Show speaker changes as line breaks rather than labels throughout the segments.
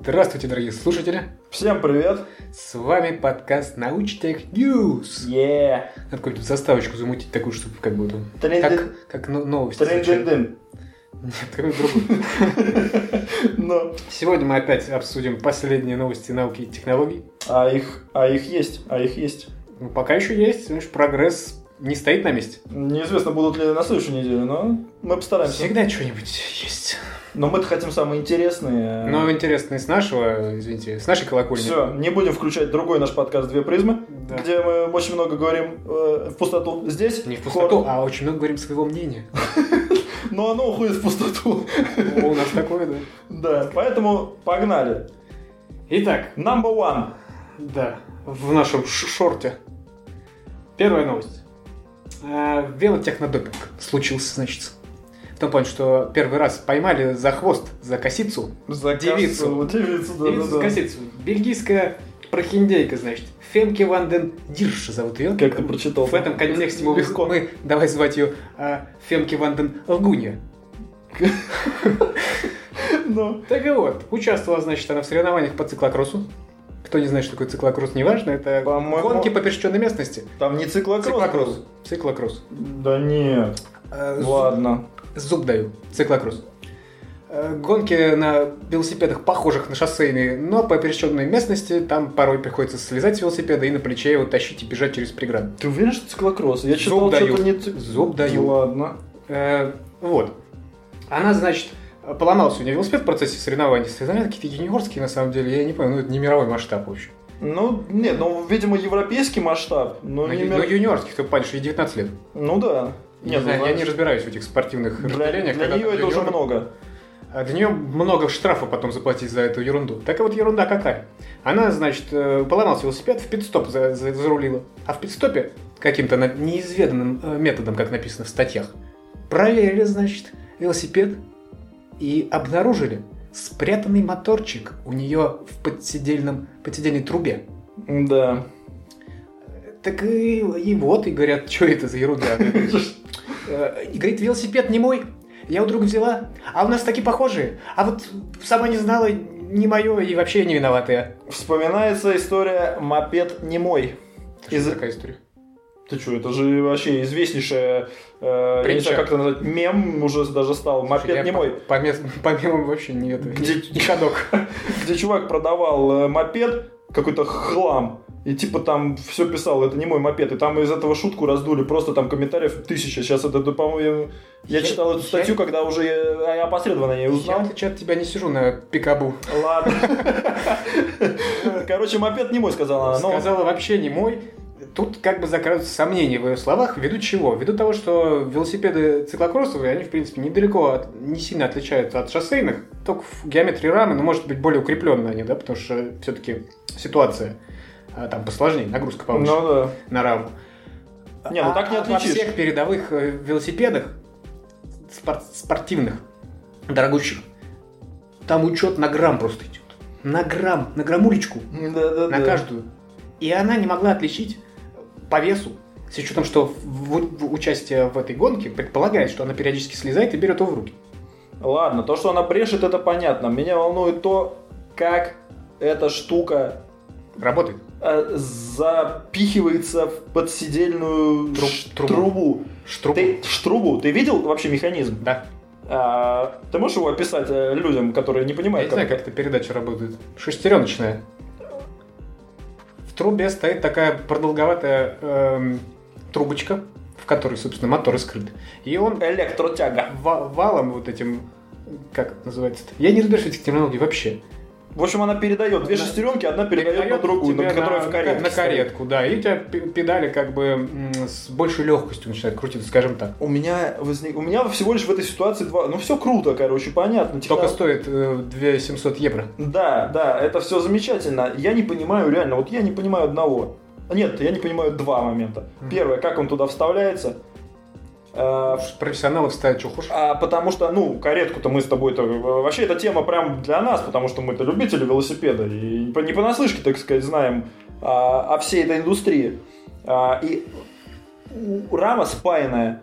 Здравствуйте, дорогие слушатели!
Всем привет!
С вами подкаст Научтех News!
Е.
Надо какую-нибудь заставочку замутить такую, чтобы как бы там...
Трин-дин.
Как, как но- новости. звучат.
Трин-дин-дин.
Нет, такую другую.
Ну.
Сегодня мы опять обсудим последние новости науки и технологий.
А их, а их есть, а их есть.
Ну, пока еще есть, знаешь, прогресс не стоит на месте.
Неизвестно, будут ли на следующей неделе, но мы постараемся.
Всегда что-нибудь есть.
Но мы-то хотим самые интересные.
Но интересно и с нашего, извините, с нашей колокольни.
Все, не будем включать другой наш подкаст «Две призмы»,
Да.
где мы очень много говорим э, в пустоту. Здесь
Не в
коротко.
пустоту, а очень много говорим своего мнения.
но оно уходит в пустоту.
О, У нас такое, да.
Да, поэтому погнали.
Итак,
Number one.
да, в нашем ш- шорте. Первая новость. А, Велотехнодопинг случился, значит. В том плане, что первый раз поймали за хвост, за косицу.
За
Девицу.
кассу. э, Девицу, да,
Девицу
да,
за
да.
косицу. Бельгийская прохиндейка, значит. Фемке Ванден Дирш зовут ее.
Как ты прочитал?
В этом контексте мы,
Легко.
мы давай звать ее а, Фемке Ванден Лгунья.
Ну,
Так и вот, участвовала, значит, она в соревнованиях по циклокроссу. Кто не знает, что такое циклокросс, неважно, это
По-моему-
гонки по пересеченной местности.
Там не циклокросс.
Циклокросс. Циклокросс.
Да нет.
Э,
Ну, Ладно.
Зуб даю. Циклокросс. Э, Гонки на велосипедах, похожих на шоссейные, но по пересеченной местности там порой приходится слезать с велосипеда и на плече его тащить и бежать через преграду.
Ты уверен, что циклокросс? Я
Зуб
читал,
даю.
что-то не цик-
Зуб даю.
Ладно.
Э, Вот. Она, значит, поломала сегодня велосипед в процессе соревнований. Соревнования какие-то юниорские, на самом деле, я не понимаю, ну это не мировой масштаб вообще.
Ну, нет, ну, видимо, европейский масштаб. Ну,
Ну,
не
ю-
мер-
ну, юниорских, ты понимаешь, ей 19 лет.
ну да.
Не
Нет,
знаю,
ну,
я не разбираюсь в этих спортивных
для,
разделениях.
для
когда
нее
там
это уже
юниоры.
много.
А Для нее много штрафа потом заплатить за эту ерунду. Так вот ерунда какая. Она, значит, э, поломался велосипед, в пидстоп за- за- зарулила. А в пидстопе каким-то на- неизведанным э, методом, как написано в статьях, проверили, значит, велосипед и обнаружили спрятанный моторчик у нее в подседельном, подседельной трубе.
Да.
Так и, и вот, и говорят, что это за ерунда. Э, И говорит, велосипед не мой. Я у друга взяла, а у нас такие похожие. А вот сама не знала, не мое и вообще не виноватая.
Вспоминается история «Мопед не мой». Из-
Что такая история?
Ты что, это же вообще известнейшая, э, я не
Притча.
знаю, как это назвать, мем уже даже стал, «Мопед
Я
не
по-
мой».
По, мес- по мемам вообще не это.
Где-
не- не ходок.
где чувак продавал э, мопед, какой-то хлам, и типа там все писал, это не мой мопед, и там из этого шутку раздули, просто там комментариев тысяча. Сейчас это, да, по-моему, я,
Я-
читал эту
я-
статью, когда уже я, я опосредованно я
Я, в
узнал.
отличие от тебя, не сижу на пикабу.
Ладно. Короче, мопед не мой, сказала она. А, но-
Сказала, вообще не мой. Тут как бы закрадываются сомнения в ее словах ввиду чего? Ввиду того, что велосипеды циклокроссовые, они, в принципе, недалеко, от- не сильно отличаются от шоссейных, только в геометрии рамы, но, может быть, более укрепленные они, да, потому что все-таки ситуация а, там посложнее, нагрузка повыше
Ну да.
на раму.
Не, ну так не
А во
отличишь.
всех передовых э, велосипедах спор- спортивных, дорогущих, там учет на грамм просто идет. На грамм, на граммулечку
Да, да,
на
да.
каждую. И она не могла отличить по весу, с учетом, что в- в- участие в этой гонке предполагает, что она периодически слезает и берет его в руки.
Ладно, то, что она брешет, это понятно. Меня волнует то, как эта штука
Работает.
э, запихивается в подсидельную
Тру-
ш-
трубу.
трубу.
Штруп.
Ты штрубу, ты видел вообще механизм?
Да.
А, ты можешь его описать э, людям, которые не
Я
понимают,
не знаю, как эта передача работает. Шестереночная. В трубе стоит такая продолговатая эм, трубочка, в которой, собственно, мотор и скрыт. И он э,
электротяга.
ва- валом вот этим, как это называется-то? Я не разбираюсь в этих терминологии вообще.
В общем, она передает две
Она
шестеренки, одна передает, на
Передает
другую,
тебе
на, которая
на-
в каретке.
на
стоит.
каретку, да. И у тебя пе- педали как бы м, с большей легкостью начинают крутиться, скажем так.
У меня возник, у меня всего лишь в этой ситуации два. Ну все круто, короче, понятно.
Только
техно-
стоит э, 2700 евро.
Да, да, это все замечательно. Я не понимаю реально, вот я не понимаю одного. Нет, я не понимаю два момента.
Мгм.
Первое, как он туда вставляется. А,
Профессионалы вставят, что хочешь.
А потому что, ну, каретку-то мы с тобой-то... э, Вообще, эта тема прям для нас, потому что мы-то любители велосипеда. И не по- не понаслышке, так сказать, знаем а, о всей этой индустрии. А, и у- рама спаянная.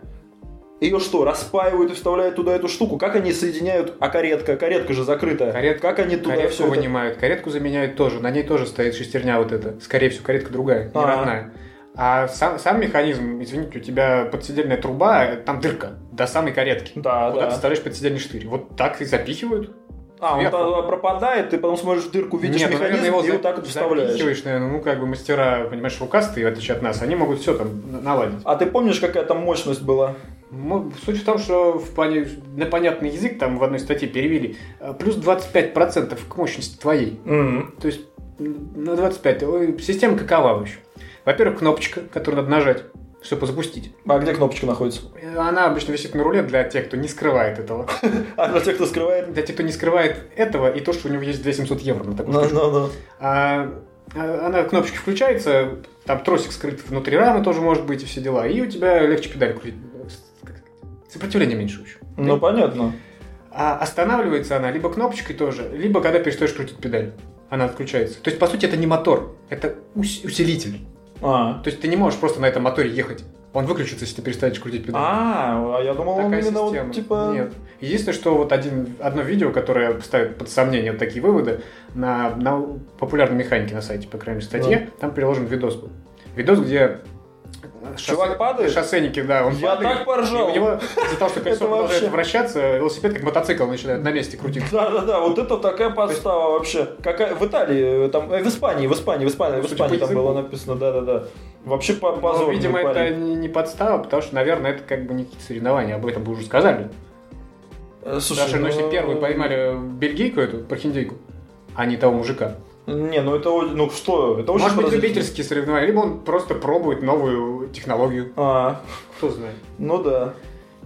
Ее что, распаивают и вставляют туда эту штуку? Как они соединяют? А каретка? Каретка же закрытая.
Карет-
Как они туда
Каретку
все это-
вынимают, каретку заменяют тоже. На ней тоже стоит шестерня вот эта. Скорее всего, каретка другая, не
А.
родная. А сам, сам механизм, извините, у тебя подседельная труба, э, там дырка до самой каретки.
Да,
Куда
да.
ты вставляешь подседельный штырь? Вот так и запихивают.
А, он
сверху?
тогда пропадает, ты потом смотришь в дырку, видишь
Нет, ну,
механизм
наверное, его
и
за-
вот так вот вставляешь.
запихиваешь, наверное, ну как бы мастера, понимаешь, рукастые, в отличие от нас, они могут все там на- наладить.
А ты помнишь, какая там мощность была?
Ну, Суть в том, что в плане- на понятный язык там в одной статье перевели э, плюс 25% к мощности твоей. То есть м, на 25. Ой, Система какова вообще? Во-первых, кнопочка, которую надо нажать, чтобы запустить.
А где кнопочка находится?
Она обычно висит на руле для тех, кто не скрывает этого.
А для тех, кто скрывает...
Для тех, кто не скрывает этого и то, что у него есть 2700 евро на
Ну,
такую штуку.
Ну-ну-ну.
А, а, Она, кнопочка включается, там тросик скрыт внутри рамы тоже может быть и все дела. И у тебя легче педаль крутить. э, с- как сказать, Сопротивление меньше еще.
Ну, понятно.
А останавливается она либо кнопочкой тоже, либо когда перестаешь крутить педаль. Она отключается. То есть, по сути, это не мотор, это ус- усилитель.
А,
То есть ты не можешь просто на этом моторе ехать. Он выключится, если ты перестанешь крутить педаль.
а а я думал, он
Такая
именно
система.
вот, типа...
Нет. Единственное, что вот один, одно видео, которое ставит под сомнение вот такие выводы, на, на популярной механике на сайте, по крайней мере, статье, там приложен видос был. Видос, где шоссе-
Чувак падает?
шоссейники, да, он
Я
падает,
так поржал.
и У него из-за того, что
Это
колесо продолжает
вообще-
вращаться, велосипед как мотоцикл начинает на месте крутиться.
Да-да-да, вот это такая подстава вообще. Какая в Италии, э, там, э, в Испании, в Испании, в Испании, в
Судя
Испании
по
там
языку.
было написано, да-да-да. Вообще по
Но,
позорный
Ну, видимо,
парень.
это не, не подстава, потому что, наверное, это как бы не какие-то соревнования, об этом бы уже сказали.
Э, Слушай,
Потому что, ну, если первые поймали бельгийку эту, прохиндейку, а не того мужика.
Не, ну это, о- ну что, это очень
Может быть,
поразительно.
любительские соревнования, либо он просто пробует новую технологию.
А,
Кто знает.
ну да.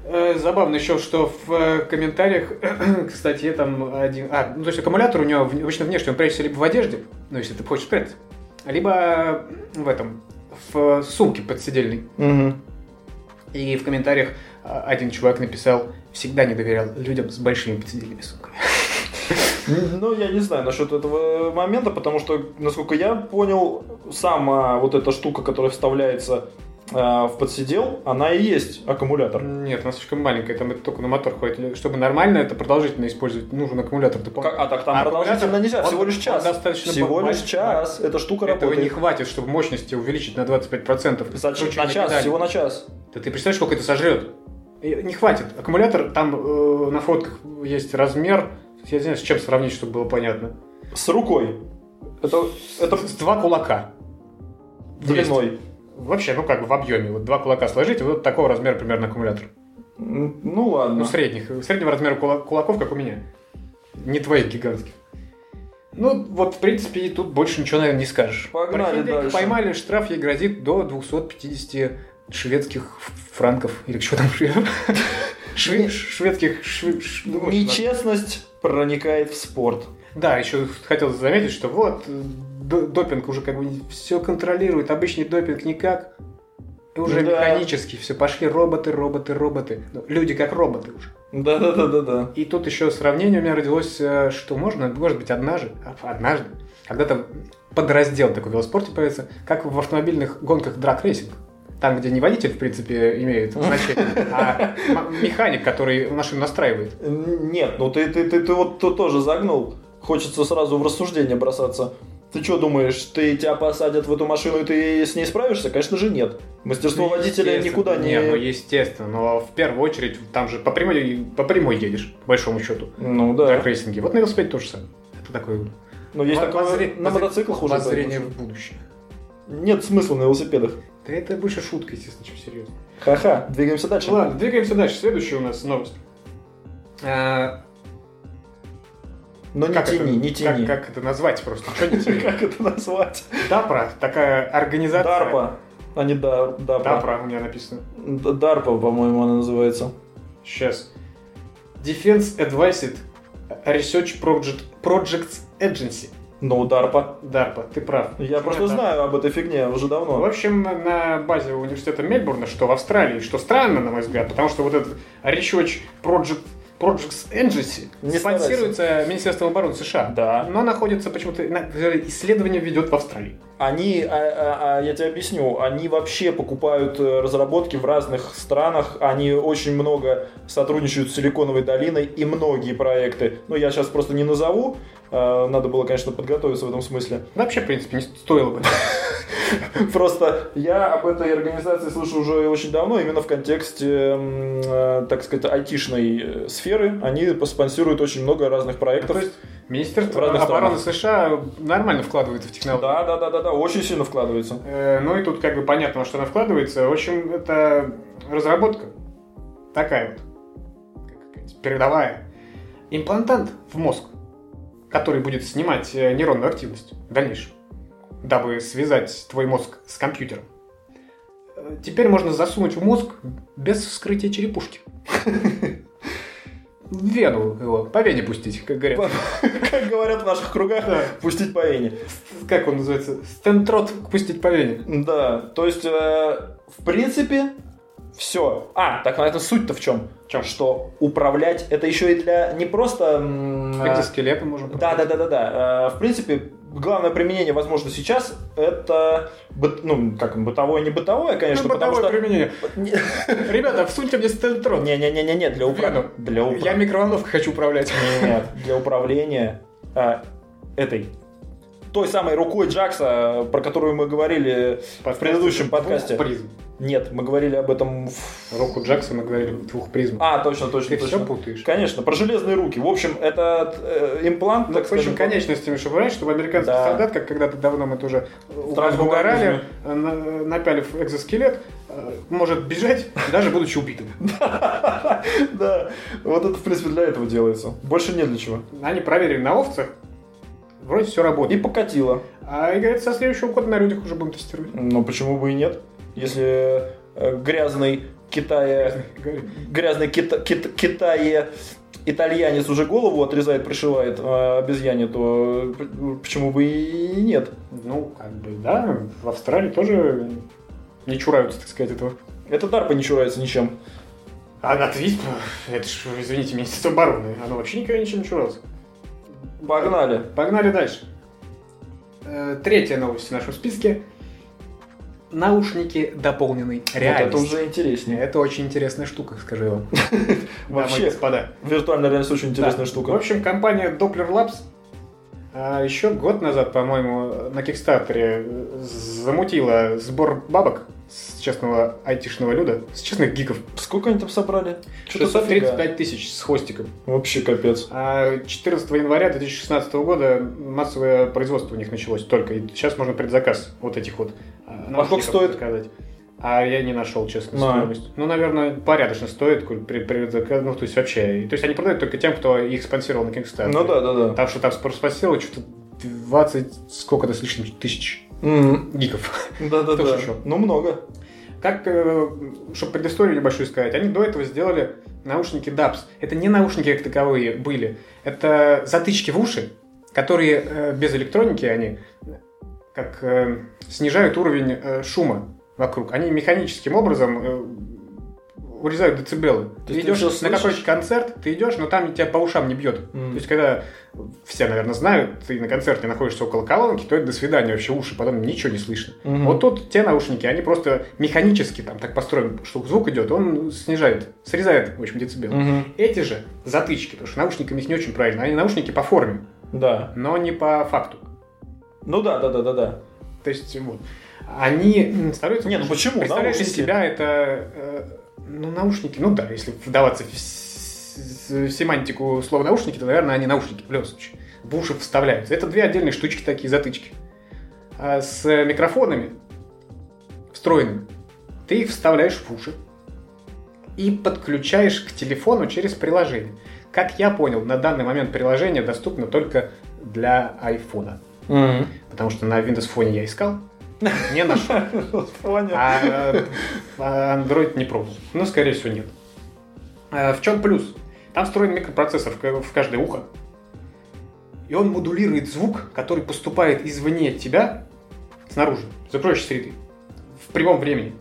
Э, Забавно еще, что в э, комментариях к статье там один... А, ну то есть аккумулятор у него вне- обычно внешне, он прячется либо в одежде, ну если ты хочешь прятаться, либо э, в этом, в э, сумке подседельной.
Мгм.
И в комментариях э, один чувак написал, всегда не доверял людям с большими подседельными сумками.
Ну, я не знаю насчет этого момента, потому что, насколько я понял, сама вот эта штука, которая вставляется э, в подсидел, она и есть аккумулятор.
Нет, она слишком маленькая, там это только на мотор ходит. Чтобы нормально это продолжительно использовать, нужен аккумулятор
Как-
дополнительный.
а так там
А
продолжительно
аккумулятор,
нельзя,
он-
всего лишь час.
он достаточно
всего
большой.
лишь час. Эта штука
Этого не
работает.
хватит, чтобы мощности увеличить на 25%.
Зачем?
Круче
На
не
час,
педали.
всего на час.
Да ты представляешь, сколько это сожрет? И- Не хватит. Аккумулятор, там э, на фотках есть размер. Я не знаю, с чем сравнить, чтобы было понятно.
С рукой. Это, это
С два кулака.
длиной.
Вообще, ну как бы в объеме. Вот два кулака сложите, вот такого размера примерно аккумулятор.
М, Ну ладно.
Ну, средних. Среднего размера кула- кулаков, как у меня. Не твоих гигантских. Ну, вот, в принципе, и тут больше ничего, наверное, не скажешь.
Погнали
Прохиндейку
дальше.
Поймали, штраф ей грозит до 250 шведских ф- франков. Или что там шве- шве- Шведских... шве- ш- ну, в общем,
Нечестность проникает в спорт.
Да, еще хотел заметить, что вот, э, д- допинг уже как бы все контролирует. Обычный допинг никак. И уже
Ну Да.
механически все. Пошли роботы, роботы, роботы. Ну, Люди как роботы уже.
Да-да-да-да-да.
И тут еще сравнение у меня родилось, э, что можно, может быть, однажды, а, однажды, когда-то подраздел такой в велоспорте появится, как в автомобильных гонках драг-рейсинг. Там, где не водитель, в принципе, имеет значение, а м- механик, который машину настраивает.
Н- Нет, ну ты, ты, ты, ты вот тут тоже загнул. Хочется сразу в рассуждение бросаться. Ты что думаешь, ты тебя посадят в эту машину и ты с ней справишься? Конечно же нет. Мастерство водителя
Ну, Естественно.
никуда не...
ну, естественно, но в первую очередь там же по прямой, по прямой едешь, по большому счету,
Ну
в
да.
драг-рейсинге. Вот на велосипеде то же самое. Это такое
Но есть
Во-
такое...
воззре-
На
воззре-
мотоциклах уже...
воззрение
так.
в будущее.
Нет смысла на велосипедах.
Да это больше шутка, естественно, чем серьезно.
Ха-ха, двигаемся дальше.
Ладно, двигаемся дальше. Следующая у нас новость. А,
Но Ну, не
как
тяни,
это,
не тяни.
Как, как это назвать просто? Что не тяни?
Как это назвать?
Дапра, такая организация.
Дарпа. А не дар, Дапра.
Дапра у меня написано.
Д- Дарпа, по-моему, она называется.
Сейчас. Defense Advised Research Project, Projects Agency.
Ну, Дарпа.
Дарпа, ты прав.
Я просто
Это-
знаю об этой фигне уже
В
давно.
общем, на базе университета Мельбурна, что в Австралии, что странно, на мой взгляд, потому что вот этот Research Project, Projects Agency
Не
спонсируется Министерством обороны США.
Да.
Но находится почему-то... на- Исследование ведет в Австралии.
Они, а- а- а, я тебе объясню, они вообще покупают э, разработки в разных странах, они очень много сотрудничают с Силиконовой долиной и многие проекты. Ну, я сейчас просто не назову, э, надо было, конечно, подготовиться в этом смысле.
Вообще, в принципе, не стоило бы.
Просто я об этой организации слышу уже очень давно, именно в контексте, м, э, так сказать, айтишной э, сферы. Они спонсируют очень много разных проектов.
То есть Министерство
В разных
обороны США нормально вкладывается в технологии.
Да, да, да, да, да, очень сильно вкладываются.
Э, Ну и тут как бы понятно, во что она вкладывается. В общем, это разработка такая вот, как сказать, передовая. Имплантант в мозг, который будет снимать э, нейронную активность в дальнейшем, дабы связать твой мозг с компьютером. Э, Теперь можно засунуть в мозг без вскрытия черепушки. В Вену его, по вене пустить, как говорят.
Как говорят в наших кругах,
Да.
пустить по вене.
Как он называется? Стентрот пустить по вене.
Да, то есть, э, в принципе, все. А, так а это суть-то в чем?
Чем?
Что управлять это еще и для не просто. м, э,
Экзоскелетом можно.
Да, да, да, да, да. Э, В принципе, главное применение, возможно, сейчас это быт- ну как бытовое, не бытовое, конечно,
Ну, бытовое
потому что. ну,
применение. Ребята, всуньте мне стентрон.
Не, не, не, не, не, для
Вену.
управления. Для упра-
Я микроволновкой хочу управлять.
Нет, для управления э, этой той самой рукой Джакса, э, про которую мы говорили.
В
предыдущем подкасте.
Двух призм.
Нет, мы говорили об этом в
Руку Джексона говорили двух призм.
А, точно, точно,
Ты
точно.
все путаешь.
Конечно, про железные руки. В общем, этот э, имплант,
Ну,
так
в общем,
скажем,
конечностями, чтобы брать, чтобы американский
Да.
солдат, как когда-то давно мы тоже
Трансгуманизме.
угорали, э, на- напялив экзоскелет, э, может бежать, даже будучи убитым.
Да, вот это, в принципе, для этого делается. Больше не для чего.
Они проверили на овцах, вроде все
И
работает.
покатило.
А и говорят, со следующего года на людях уже будем тестировать.
Но почему бы и нет? Если э, грязный Китая...
Говорит,
Грязный кита, кит- Китае итальянец уже голову отрезает, пришивает э, обезьяне, то э, почему бы и нет?
Ну, как бы, да, в Австралии тоже не чураются, так сказать, этого.
Это DARPA не чурается ничем.
А на твит, это же, извините, Министерство обороны, оно вообще никогда ничем не чуралось.
Погнали.
Погнали дальше. Э, Третья новость в нашем списке. Наушники дополненной реальности.
Вот это уже интереснее.
Это очень интересная штука, скажу я вам. дамы и
Вообще,
господа.
виртуальная реальность очень интересная
Да. В
штука.
общем, компания Doppler Labs а, еще год назад, по-моему, на Кикстартере э, замутила сбор бабок с честного айтишного люда, с честных гиков.
Сколько они там собрали? Что-то
635 тысяч с хвостиком.
Вообще капец.
А 14 января 2016 года массовое производство у них началось только. И сейчас можно предзаказ вот этих вот. А
сколько стоит?
Заказать. А я не нашел, честно,
На.
стоимость. Ну, наверное, порядочно стоит коль при- предзаказ. Ну, то есть вообще. и- То есть они продают только тем, кто их спонсировал на Kickstarter.
Ну да, да, да.
Потому что там спонсировал что-то 20 сколько-то с лишним тысяч гиков.
Да, да,
Тоже
да.
чё.
Ну много.
Как, чтобы предысторию небольшую сказать, они до этого сделали наушники DAPS. Это не наушники как таковые были, это затычки в уши, которые э, без электроники, они как э, снижают уровень э, шума вокруг. Они механическим образом э, урезают децибелы.
ты
Ты идешь
всё
на
слышишь?
какой-то концерт, ты идешь, но там тебя по ушам не бьет. То есть, когда все, наверное, знают, ты на концерте находишься около колонки, то это до свидания вообще уши, потом ничего не слышно.
Мгм.
Вот тут те наушники, они просто механически там так построены, что звук идет, он снижает, срезает, в общем, децибел.
Мгм.
Эти же затычки, потому что наушниками их не очень правильно, они наушники по форме,
Да.
но не по факту.
Ну да, да, да, да, да.
То есть, вот, они м, становятся...
Не, ну почему?
Представляешь из
Наушники.
себя это... э, ну, наушники, ну да, если вдаваться в, с- в семантику слова наушники, то, наверное, они наушники, в любом случае. В уши вставляются. Это две отдельные штучки такие, затычки. А с микрофонами встроенными ты их вставляешь в уши и подключаешь к телефону через приложение. Как я понял, на данный момент приложение доступно только для айфона.
Мгм.
Потому что на Windows Phone я искал, не нашел.
Понял.
А э, а Android не пробовал. Ну, скорее всего, нет. А В чем плюс? Там встроен микропроцессор в ка- в каждое ухо. И он модулирует звук, который поступает извне тебя, снаружи, из окружающей среды, в прямом времени.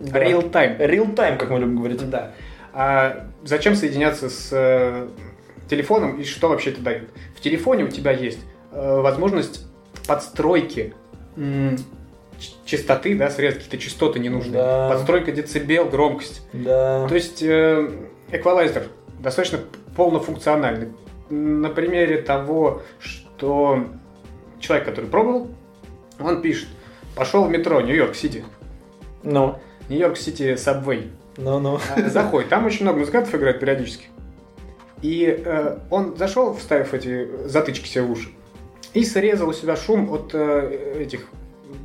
Да.
Real time.
Real time, как мы любим говорить.
Да. А зачем соединяться с э, телефоном и что вообще это дает? В телефоне у тебя есть э, возможность подстройки м, ч- частоты, да, срезать какие-то частоты ненужные,
Да.
подстройка децибел, громкость.
Да.
То есть э, эквалайзер достаточно полнофункциональный. На примере того, что человек, который пробовал, он пишет, пошел в метро Нью-Йорк-Сити,
Ну,
Нью-Йорк-Сити Subway,
ну, ну.
А, заходит, там очень много музыкантов играет периодически. И э, он зашел, вставив эти затычки себе в уши, и срезал у себя шум от э, этих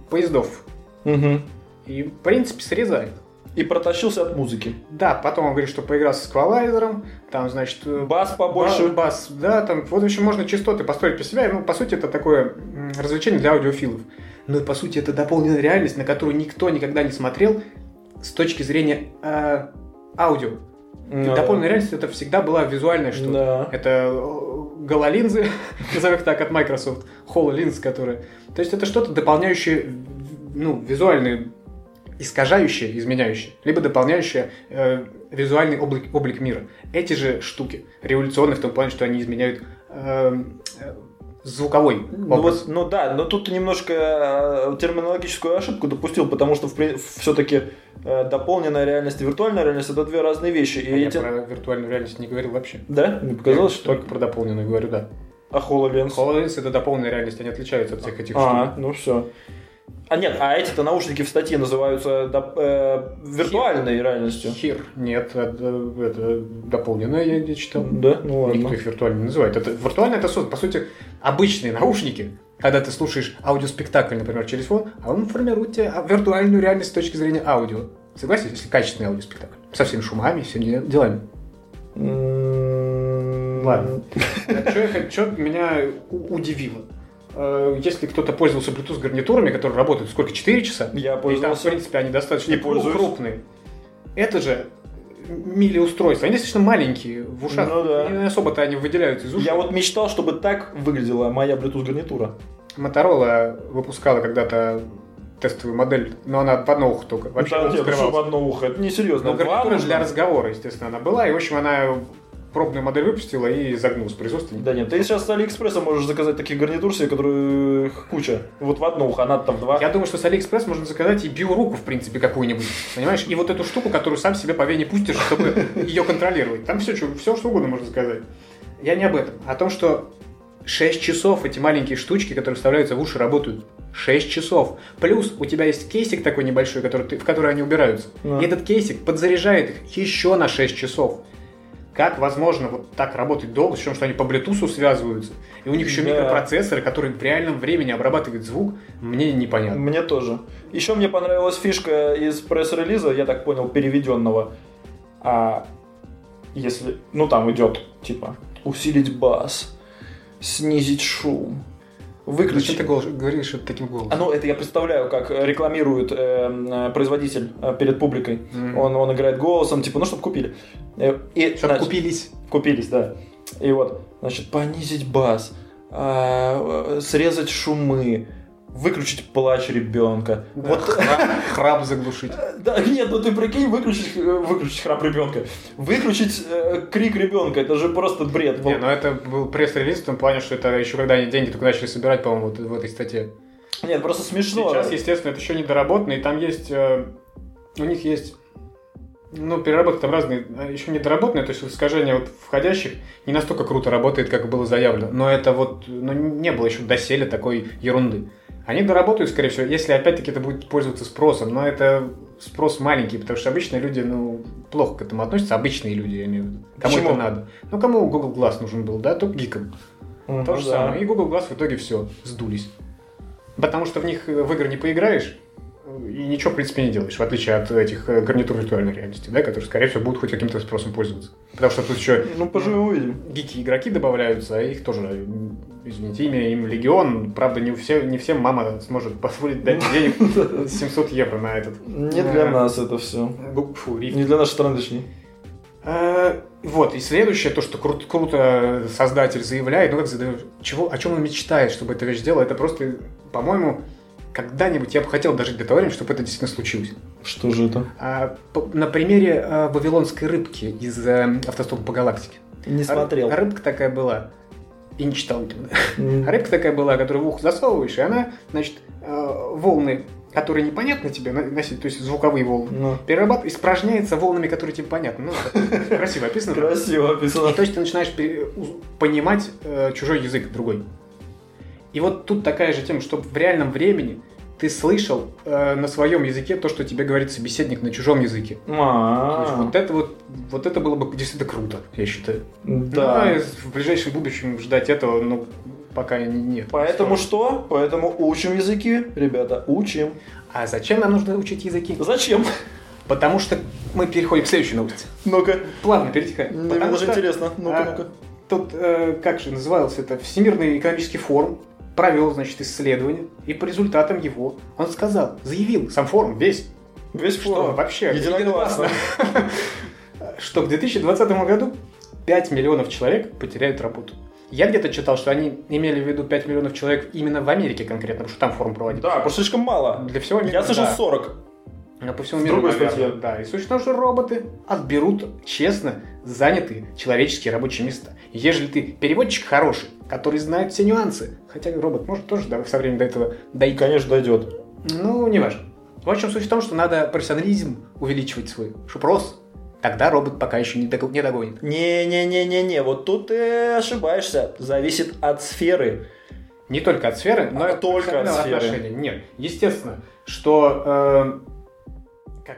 поездов.
Мгм.
И, в принципе, срезает.
И протащился от музыки.
Да, потом он говорит, что поигрался с эквалайзером, там, значит... э,
Бас побольше.
ба- Бас, да, там, вот еще можно частоты построить по себя, ну, по сути, это такое м, развлечение для аудиофилов. Но, по сути, это дополненная реальность, на которую никто никогда не смотрел с точки зрения э, аудио. И
Да.
дополненная реальность это всегда была визуальная штука.
Э, Да.
Это э, гололинзы, назовем их так, от Microsoft, HoloLens, которые... То есть это что-то дополняющее, ну, визуальное, искажающее, изменяющее, либо дополняющее э, визуальный облик, облик мира. Эти же штуки революционные в том плане, что они изменяют э, э, звуковой
Ну,
образ.
вот, ну да, но тут ты немножко э, терминологическую ошибку допустил, потому что все-таки э, дополненная реальность и виртуальная реальность это две разные вещи. И
А я
эти-
про виртуальную реальность не говорил вообще.
Да? Мне показалось,
Я
что
Только про дополненную говорю, да.
А HoloLens?
HoloLens это дополненная реальность, они отличаются от всех этих штук.
А, ну все. А нет, а эти-то наушники в статье называются доп- э, виртуальной реальностью.
Хир. Нет, э, это, это дополненное я, я читал.
Да? Ну
Никто
ладно.
их виртуально не называет. Это, виртуально это создан, по сути, обычные наушники, когда ты слушаешь аудиоспектакль, например, через фон, а он формирует тебе а- виртуальную реальность с точки зрения аудио. Согласен, если качественный аудиоспектакль. Со всеми шумами, всеми делами.
М,
Ладно. Что меня у- удивило? Э, Если кто-то пользовался Bluetooth гарнитурами, которые работают сколько, 4 часа?
Я
И там, в
пользовался.
принципе, они достаточно
И
кру-
пользуюсь.
крупные. Это же мили устройства. Они достаточно маленькие в ушах.
Ну да.
Не особо-то они выделяются из ушей.
Я вот мечтал, чтобы так выглядела моя Bluetooth гарнитура.
Моторола выпускала когда-то тестовую модель, но она в одно ухо только. Вообще
Да,
ухо
нет,
скрывалось.
чтобы одно ухо. Это несерьезно.
Но
Два
гарнитура
нужно.
для разговора, естественно, она была. И, в общем, она пробную модель выпустила и загнулась производственник.
Да нет, ты сейчас с Алиэкспресса можешь заказать такие гарнитур себе, которые их куча. Вот в одно ухо, а надо там два.
Я думаю, что с Алиэкспресс можно заказать и биоруку, в принципе, какую-нибудь. Понимаешь? И вот эту штуку, которую сам себе по вене пустишь, чтобы ее контролировать. Там все, что, все, что угодно можно заказать. Я не об этом. а О том, что 6 часов эти маленькие штучки, которые вставляются в уши, работают. 6 часов. Плюс у тебя есть кейсик такой небольшой, который ты- в который они убираются.
Да.
И этот кейсик подзаряжает их еще на 6 часов. Как возможно вот так работать долго, с чем что они по Bluetooth связываются, и у них еще
Да.
микропроцессоры, которые в реальном времени обрабатывают звук, мне непонятно.
Мне тоже. Еще мне понравилась фишка из пресс-релиза, я так понял, переведенного. А если, ну там идет типа усилить бас, снизить шум,
Зачем
выключить.
ты голос- говоришь это таким
А
голосом?
ну это я представляю, как э, рекламирует эм, э, производитель э, перед публикой.
Мгм.
Он, он играет голосом, типа, ну чтобы купили. Э, И,
Чтоб
значит,
купились.
Купились, да. И вот, значит, понизить бас, а, э, срезать шумы, выключить плач ребенка. Вот,
храп, храп заглушить.
э, да, нет, ну ты прикинь, выключить, э, выключить храп ребенка, выключить э, крик ребенка, это же просто бред.
Не, ну это был пресс-релиз в том плане, что это еще когда они деньги только начали собирать, по-моему, вот в этой статье.
Нет, просто смешно.
ну, Сейчас, естественно, это еще недоработано, и там есть... э, у них есть... Ну, переработки там разные, а еще недоработанные, то есть искажение вот входящих не настолько круто работает, как было заявлено. Но это вот, ну, не было еще доселе такой ерунды. Они доработают, скорее всего, если опять-таки это будет пользоваться спросом, но это спрос маленький, потому что обычные люди, ну, плохо к этому относятся, обычные люди, я имею в виду. Кому
Почему?
это надо? Ну, кому Google Glass нужен был, да, только гикам.
Ну
То же
да.
самое. И Google Glass в итоге все, сдулись. Потому что в них э, в игры не поиграешь, э, и ничего, в принципе, не делаешь, в отличие от этих э, гарнитур виртуальной реальности, да, которые, скорее всего, будут хоть каким-то спросом пользоваться. Потому что тут еще
Ну, поживем увидим.
гики игроки добавляются, а их тоже, э, извините, имя им Легион. Правда, не, все, не всем мама сможет позволить дать денег 700 евро на этот.
Не для
Э,
нас это все.
гу- Фу, риф.
Не для нашей страны, точнее.
Э, Вот, и следующее, то, что кру- круто создатель заявляет, ну как задаю- чего, о чем он мечтает, чтобы эта вещь сделала, это просто, по-моему, когда-нибудь я бы хотел дожить до того времени, чтобы это действительно случилось.
Что же это?
А, по- на примере а, вавилонской рыбки из э, «Автостопа по галактике».
Не смотрел.
Ры- Рыбка такая была. И не читал.
М.
Рыбка такая была, которую в ухо засовываешь, и она, значит, э, волны, которые непонятны тебе на- носить, то есть звуковые волны,
Ну,
перерабат испражняется волнами, которые тебе понятны. Ну, это красиво описано.
Красиво
И
описано.
Э, то есть ты начинаешь пере- уз- понимать э, чужой язык другой. И вот тут такая же тема, чтобы в реальном времени ты слышал э, на своем языке то, что тебе говорит собеседник на чужом языке. То есть
А,
вот это вот, вот это было бы действительно круто, я считаю. Ну,
Да.
а в ближайшем будущем ждать этого, ну, пока не- нет.
Поэтому что? Поэтому учим языки, ребята, учим.
А зачем нам нужно учить языки?
Зачем?
Потому что мы переходим к следующей новости.
Ну-ка,
Плавно перетекаем.
мне
Потому
уже
что,
интересно. Ну-ка,
а,
ну-ка.
Тут, э, как же назывался это, Всемирный экономический форум провел, значит, исследование, и по результатам его он сказал, заявил, сам форум весь,
Весь
что
форум.
вообще,
Единогласно.
э, что к 2020 году 5 миллионов человек потеряют работу. Я где-то читал, что они имели в виду 5 миллионов человек именно в Америке конкретно, потому что там форум проводит.
Да, просто слишком мало.
Для всего мира.
Я слышал
да.
40.
А по всему
В
миру,
другой
наверное,
статье.
Да, и суть в том, что роботы отберут честно занятые человеческие рабочие места. Ежели ты переводчик хороший, который знает все нюансы, хотя робот может тоже да, со временем до этого
И,
дойти.
конечно, дойдет.
Ну, не важно. В общем, суть в том, что надо профессионализм увеличивать свой, чтоб рос. Тогда робот пока еще не, догон- не догонит.
Не-не-не-не-не, вот тут ты ошибаешься. Зависит от сферы.
Не только от сферы, но
А
и от
только от
профессионального
сферы.
отношения. Нет, естественно, что э, как,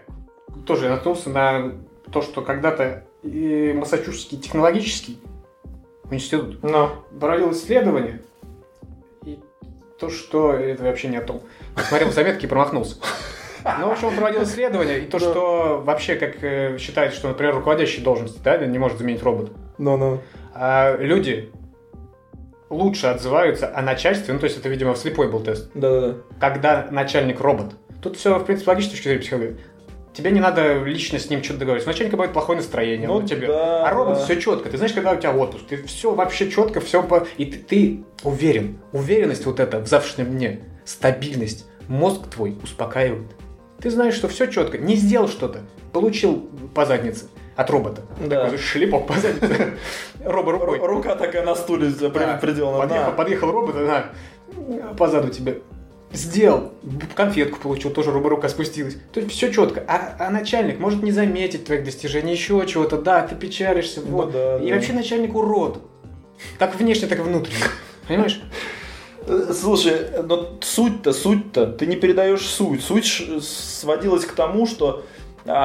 тоже наткнулся на то, что когда-то и Массачусетский технологический институт
Ну.
проводил исследование, и то, что это вообще не о том. Смотрел заметки и промахнулся. Ну, в общем, он проводил исследование, и то,
Да.
что вообще, как э, считается, что, например, руководящая должность, да, не может заменить робот.
Ну-ну.
А люди лучше отзываются о начальстве, ну то есть это, видимо, слепой был тест,
Да-да-да.
когда начальник робот. Тут все, в принципе, логично, с точки зрения психологии. Тебе не надо лично с ним что-то договориться. У начальника будет плохое настроение.
Ну
он тебе.
да,
а робот
да.
все четко. Ты знаешь, когда у тебя отпуск, ты все вообще четко, все по. И ты, ты уверен. Уверенность вот эта в завтрашнем дне, стабильность, мозг твой успокаивает. Ты знаешь, что все четко. Не сделал что-то, получил по заднице от робота.
Да.
Такой шлепок по заднице. Робо рукой.
Ру- Рука такая на стуле у тебя
Да.
прям приделана.
Подъехал,
На.
подъехал робот, она по заду тебе. Сделал, Б- конфетку получил, тоже руба рука спустилась. То есть все четко. А, а начальник может не заметить твоих достижений, еще чего-то. Да, ты печалишься.
Ну
Вот.
да,
и
да.
вообще начальник урод. Как внешне, так и внутренне. Понимаешь?
Э, Слушай, но суть-то, суть-то, ты не передаешь суть. Суть ш- сводилась к тому, что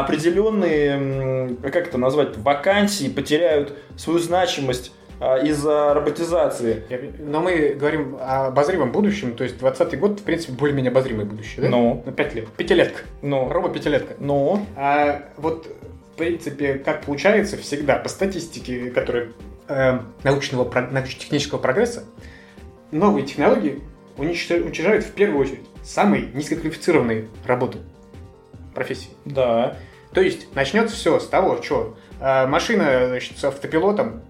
определенные, м, как это назвать, вакансии потеряют свою значимость а, из-за роботизации.
Я- Но мы говорим о обозримом будущем, то есть 20 год, в принципе, более-менее обозримое будущее, да?
Ну.
Ну, 5 лет. Пятилетка.
Ну,
Робо-пятилетка.
ну,
А вот, в принципе, как получается всегда, по статистике, которая э, научного, прог- научно-технического прогресса, новые технологии уничтож- уничтожают в первую очередь самые низкоквалифицированные работы, профессии.
да.
То есть начнется все с того, что э, машина значит, с автопилотом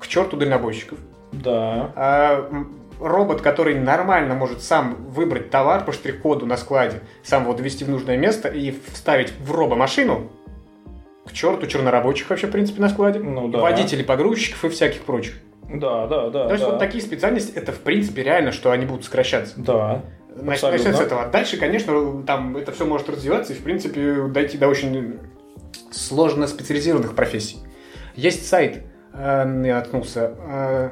к черту дальнобойщиков,
Да.
а, м, робот, который нормально может сам выбрать товар по штрих-коду на складе, сам его довести в нужное место и вставить в робо-машину, к черту чернорабочих вообще, в принципе, на складе,
Ну
и
да.
водителей, погрузчиков и всяких прочих.
Да, да, да.
То есть
да.
вот такие специальности, это, в принципе, реально, что они будут сокращаться.
Да.
Нач-
Абсолютно.
Начнем с этого. Дальше, конечно, там это все может развиваться и, в принципе, дойти до очень сложно специализированных профессий. Есть сайт, э, я наткнулся, э,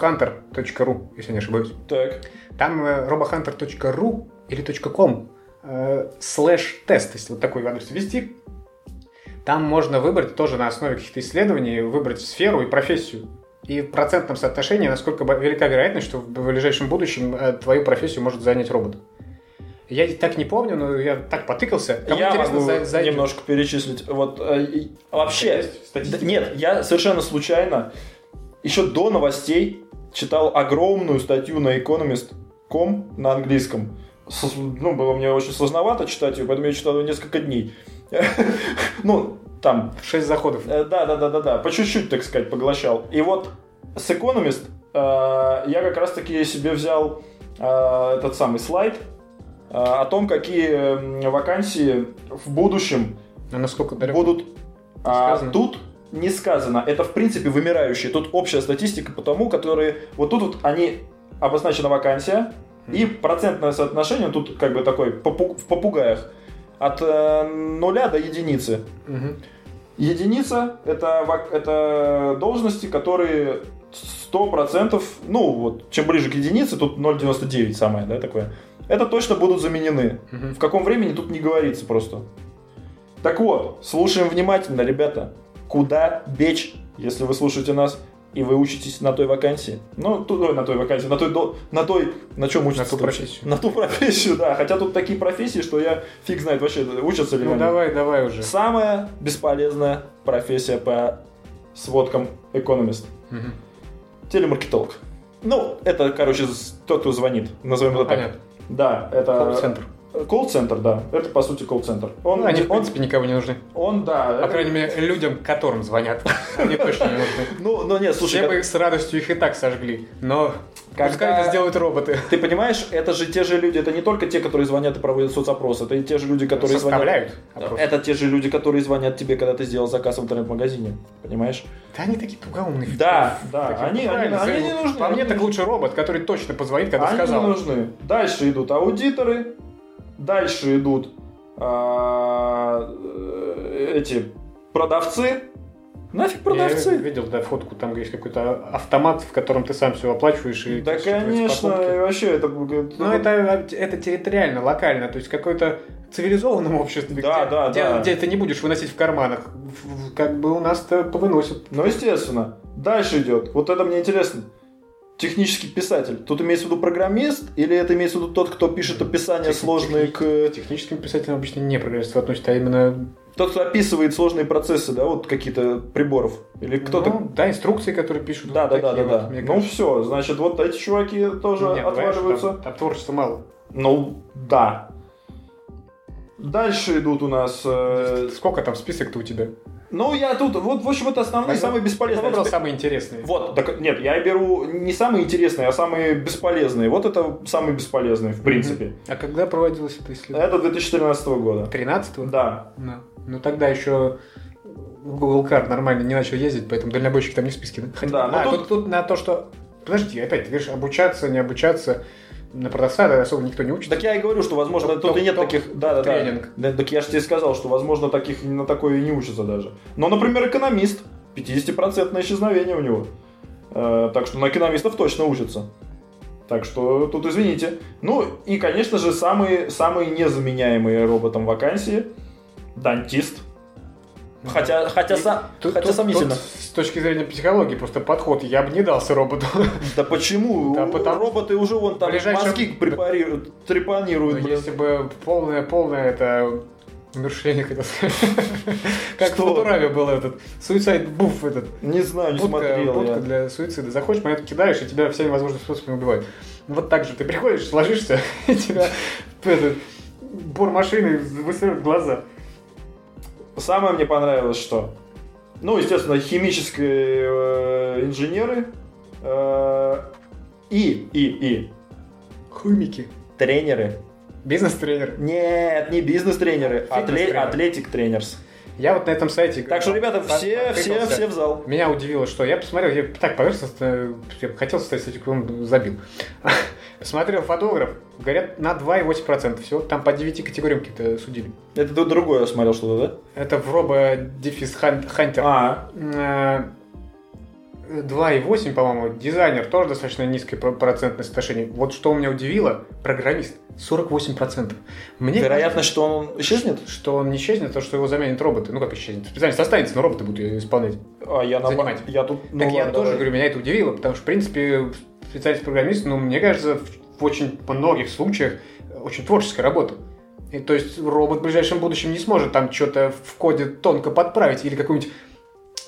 robohunter.ru, если я не ошибаюсь.
Так.
Там э, robohunter.ru или .com э, слэш тест, если вот такой адрес ввести, там можно выбрать тоже на основе каких-то исследований, выбрать сферу и профессию. И в процентном соотношении, насколько бо- велика вероятность, что в ближайшем будущем э, твою профессию может занять робот. Я так не помню, но я так потыкался. Кому
я
интересно,
могу
за- зайдем. А
немножко перечислить. Вот э, и- вообще,
Есть статистика?
да нет, я совершенно случайно еще до новостей читал огромную статью на Economist.com на английском. С- Ну, было мне очень сложновато читать ее, поэтому я читал ее несколько дней. Ну, там
Шесть заходов.
Э, Да, да, да, да, да. По чуть-чуть, так сказать, поглощал. И вот с Economist э, я как раз-таки себе взял э, этот самый слайд а, о том, какие м, вакансии в будущем
А насколько далеко?
будут... а,
Сказано.
тут не сказано. Это, в принципе, вымирающие. Тут общая статистика по тому, которые... Вот тут вот они обозначена вакансия, и процентное соотношение тут как бы такой попу- в попугаях от э, нуля до единицы.
Мгм.
Единица это, вак- это должности, которые 100%, ну вот, чем ближе к единице, тут 0,99 самое, да, такое. Это точно будут заменены.
Мгм.
В каком времени тут не говорится просто. Так вот, слушаем внимательно, ребята. Куда бечь, если вы слушаете нас и вы учитесь на той вакансии? Ну, ту- ой, на той вакансии, на той, до- на той, на чем учатся?
ту профессию.
На ту профессию, да. Хотя тут такие профессии, что я фиг знает вообще, учатся ли
Ну
они.
давай, давай уже.
Самая бесполезная профессия по сводкам Economist.
Мгм.
Телемаркетолог. Ну, это, короче, з- тот, кто звонит. Назовем это так. А,
Понятно.
Да, это...
Колл-центр.
Колл-центр, да. Это, по сути, колл-центр. Он,
Ну, Они,
он,
в принципе, никому не нужны.
он, да.
По
это-
крайней мере, людям, которым звонят. Они точно не нужны.
Ну, но нет, слушай,
Все
как-
бы с радостью их и так сожгли. Но
Когда-
пускай это сделают роботы.
ты понимаешь, это же те же люди, это не только те, которые звонят и проводят соцопрос, это и те же люди, которые звонят...
Составляют опрос.
Это те же люди, которые звонят тебе, когда ты сделал заказ в интернет-магазине, понимаешь?
Да они такие тугоумные.
Да, да,
Такие
они-
правильные.
они- они не нужны,
По
они
мне
не
так
нужны.
лучше робот, который точно позвонит, когда
Они
сказал.
не нужны. Дальше идут аудиторы, дальше идут а, э, эти продавцы. Нафиг
Я
продавцы.
видел, да, фотку, там есть какой-то автомат, в котором ты сам все оплачиваешь. И
Да,
всё
конечно, и
покупки.
вообще это... будет-
Но это, Ну, это территориально, локально, то есть какое-то цивилизованном обществе,
Да,
где,
да,
где-
да.
где ты не будешь выносить в карманах. В- в- Как бы у нас-то повыносят.
Ну, естественно. Дальше идет. Вот это мне интересно. Технический писатель. Тут имеется в виду программист или это имеется в виду тот, кто пишет описания
Тех-
сложные
техни-
к...
э, Техническим писателям обычно не программистство относится, а именно...
Тот, кто описывает сложные процессы, да, вот какие-то приборов. Или кто-то...
ну, да, инструкции, которые пишут.
да, да,
вот
да, да,
такие вот,
да.
мне
Ну
кажется.
все, значит, вот эти чуваки тоже
Нет, понимаешь,
отваживаются.
Там, там творчества мало.
Ну, да. Дальше идут у нас... э,
Сколько там список-то у тебя?
ну, я тут... Вот, в общем, это основные,
Возьмем-
самые
Я
бесполезные.
выбрал
аспекты.
самые интересные.
Вот, так, нет, я беру не самые интересные, а самые бесполезные. Вот это самые бесполезные, в принципе.
А когда проводилось это исследование?
Это 2013 года.
13-го?
Э, Да.
Да. Ну тогда еще Google Car нормально не начал ездить, поэтому дальнобойщик там не в списке. Да,
Да, но
а,
тут-
тут... тут на то, что... Подожди, опять ты говоришь, обучаться, не обучаться. На продавца да, особо никто не учится.
Так я и говорю, что, возможно,
Топ-
тут и нет
топ-
таких... Да, да, да.
тренинг.
Да, Так я же тебе сказал, что, возможно, таких на такое и не учатся даже. Но, например, экономист. 50% исчезновение у него. Э, так что на экономистов точно учатся. Так что тут извините. Ну и, конечно же, самые, самые незаменяемые роботом вакансии. Дантист. Хотя, хотя, са-
Тут-
хотя
тут-
сомнительно.
тут с точки зрения психологии просто подход. Я бы не дался роботу.
Да почему?
Да
У-
потому-
Роботы уже вон там
Ближайшем-
мозги препарируют,
Ну,
трепанируют. блин.
Если бы полное, полное это умершление, как это сказать. Как в
Что?
Футураме был этот суицид-буф этот.
Не знаю, не
Будка,
смотрел
будка
я.
для суицида. Заходишь, монетку кидаешь, и тебя всеми возможными способами убивают. Ну, Вот так же ты приходишь, ложишься, и тебя этот, бор машины высыпает глаза.
Самое мне понравилось, что... Ну, естественно, химические э, инженеры э, и, и, и
Хумики.
тренеры.
Бизнес-тренер.
Нет, не бизнес-тренеры, а
Фитнес-тренеры.
атле- атлетик-тренерс.
Я вот на этом сайте...
Так что, ребята,
по-
все, все,
потыкался.
все в зал.
Меня удивило, что я посмотрел, я так поверхностно, я бы хотел стать статистиком, забил. Посмотрел фотограф, говорят, на 2,8%. Всего там по 9 категориям какие-то судили.
Это ты другое смотрел что-то,
Это в робо дефис Хан-
да?
хантер.
А,
Э, 2,8, по-моему, дизайнер тоже достаточно низкое про- процентное соотношение. Вот что меня удивило, программист 48%. Мне
вероятность, что он исчезнет?
кажется, что он не исчезнет, а то что его заменят роботы. Ну как исчезнет? Специалист останется, но роботы будут её исполнять.
А я, на...
Занимать.
я тут... ну
так я
ладно,
тоже
давай.
говорю, меня это удивило, потому что, в принципе, специалист-программист, ну, мне кажется, в, в очень многих случаях очень творческая работа. И, то есть робот в ближайшем будущем не сможет там что-то в коде тонко подправить или какую-нибудь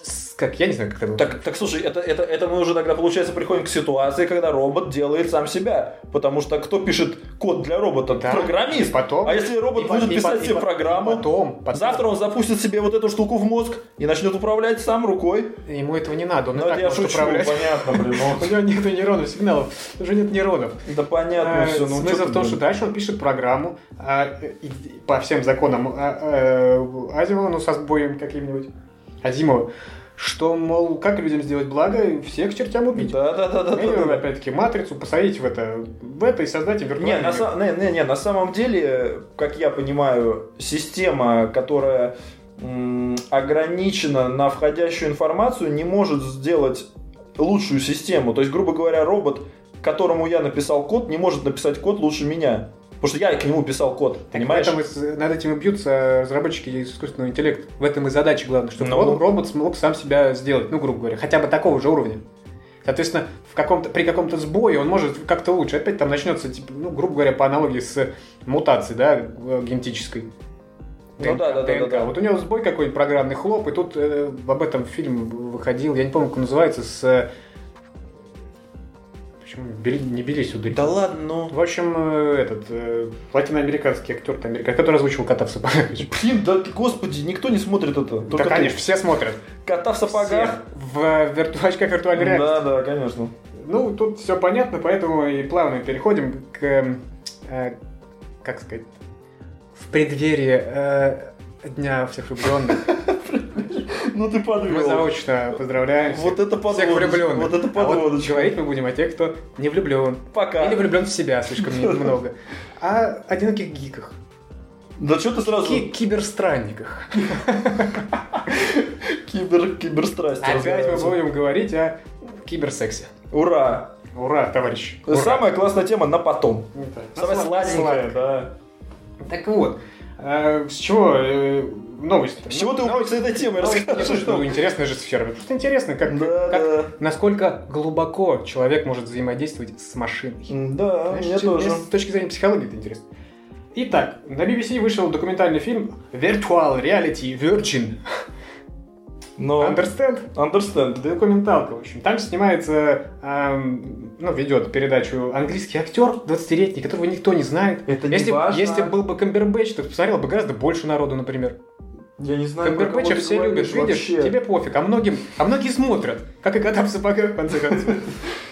с- Как? Я не знаю, как это
Так, так слушай, это, это, это мы уже тогда, получается, приходим к ситуации, когда робот делает сам себя. Потому что кто пишет код для робота?
Да.
Программист.
И потом-
а если робот
и по-
будет
и
писать
по- и
себе
по-
программу,
и потом- потом.
завтра он запустит себе вот эту штуку в мозг и начнет управлять сам рукой.
Ему этого не надо, он
Ну,
и
это
так
я
может
шучу,
управлять.
понятно, блин.
У
ну.
него нет нейронов, сигналов, уже нет нейронов.
Да понятно
А,
все. Ну, чё
Смысл
ты,
в том, что
блин.
дальше он пишет программу а, и- и по всем законам а, э, Азимова, ну, со сбоем каким-нибудь. Азимова. Что, мол, как людям сделать благо и всех к чертям убить.
Да-да-да-да.
Я говорю,
да.
опять-таки, матрицу посадить в это, в это и создать им
Не,
виртуальный
на,
мир.
са- не, не, не, на самом деле, как я понимаю, система, которая м, ограничена на входящую информацию, не может сделать лучшую систему. То есть, грубо говоря, робот, которому я написал код, не может написать код лучше меня. Потому что я к нему писал код,
Так
понимаешь?
в этом и с- над этим и бьются разработчики искусственного интеллекта. В этом и задача главная, чтобы
Ну.
робот- робот смог сам себя сделать, ну, грубо говоря, хотя бы такого же уровня. Соответственно, в каком-то, при каком-то сбое он может как-то лучше. Опять там начнется, типа, ну, грубо говоря, по аналогии с мутацией, да, э, генетической.
Ну да, да, да, да, да.
Вот у него сбой какой-нибудь программный хлоп, и тут э, об этом фильм выходил, я не помню, как он называется, с... э, Почему Бели- не Белись ударил?
Да ладно, ну...
В общем, э, этот э, латиноамериканский актер, там, американец, который озвучивал кота в сапогах.
Блин, да ты, господи, никто не смотрит это. Только
да,
ты.
конечно, все смотрят.
Кота в сапогах.
Все. В вирту... очках виртуальной реальности.
Да, да, конечно.
Ну, тут все понятно, поэтому и плавно переходим к, эм, э, как сказать, в преддверии э, Дня всех влюбленных.
Ну ты
Мы
подвел.
заочно поздравляем всех,
Вот это
всех
подводочка.
влюбленных.
Вот это
А вот
подводочка.
говорить мы будем о тех, кто не влюблен.
Пока.
Или влюблен в себя слишком не- много. О одиноких гиках.
Да что ты сразу...
Ки- киберстранниках.
Кибер, киберстрасти
Опять мы
разгораются.
будем говорить о киберсексе. Ну,
Ура!
Ура, товарищ. Ура.
Самая классная тема на потом.
Ну да.
Самая
Сладко,
сладенькая,
сладко.
да.
Так вот, э, с чего э, новость?
С чего ты
Ну,
увлекся этой темой?
новость не то,
Расскажи,
что
что...
интересная же сфера. Просто интересно, как,
Да,
как-
да.
насколько глубоко человек может взаимодействовать с машиной.
М, Да,
Знаешь,
мне
чем-
тоже.
С точки зрения психологии это интересно. Итак, на BBC вышел документальный фильм Virtual Reality Virgin.
Но...
Understand?
Understand.
Документалка, в общем. Там снимается, эм, ну, ведет передачу английский актер 20-летний, которого никто не знает.
Это не
если, б-
важно.
если б был бы Камбербэтч, то посмотрел бы гораздо больше народу, например.
Я не знаю, про кого
Камбербэтча
ты
все любят,
говоришь
видишь,
вообще.
тебе пофиг. А, многим, а многие смотрят, как и кота в сапогах, в конце концов.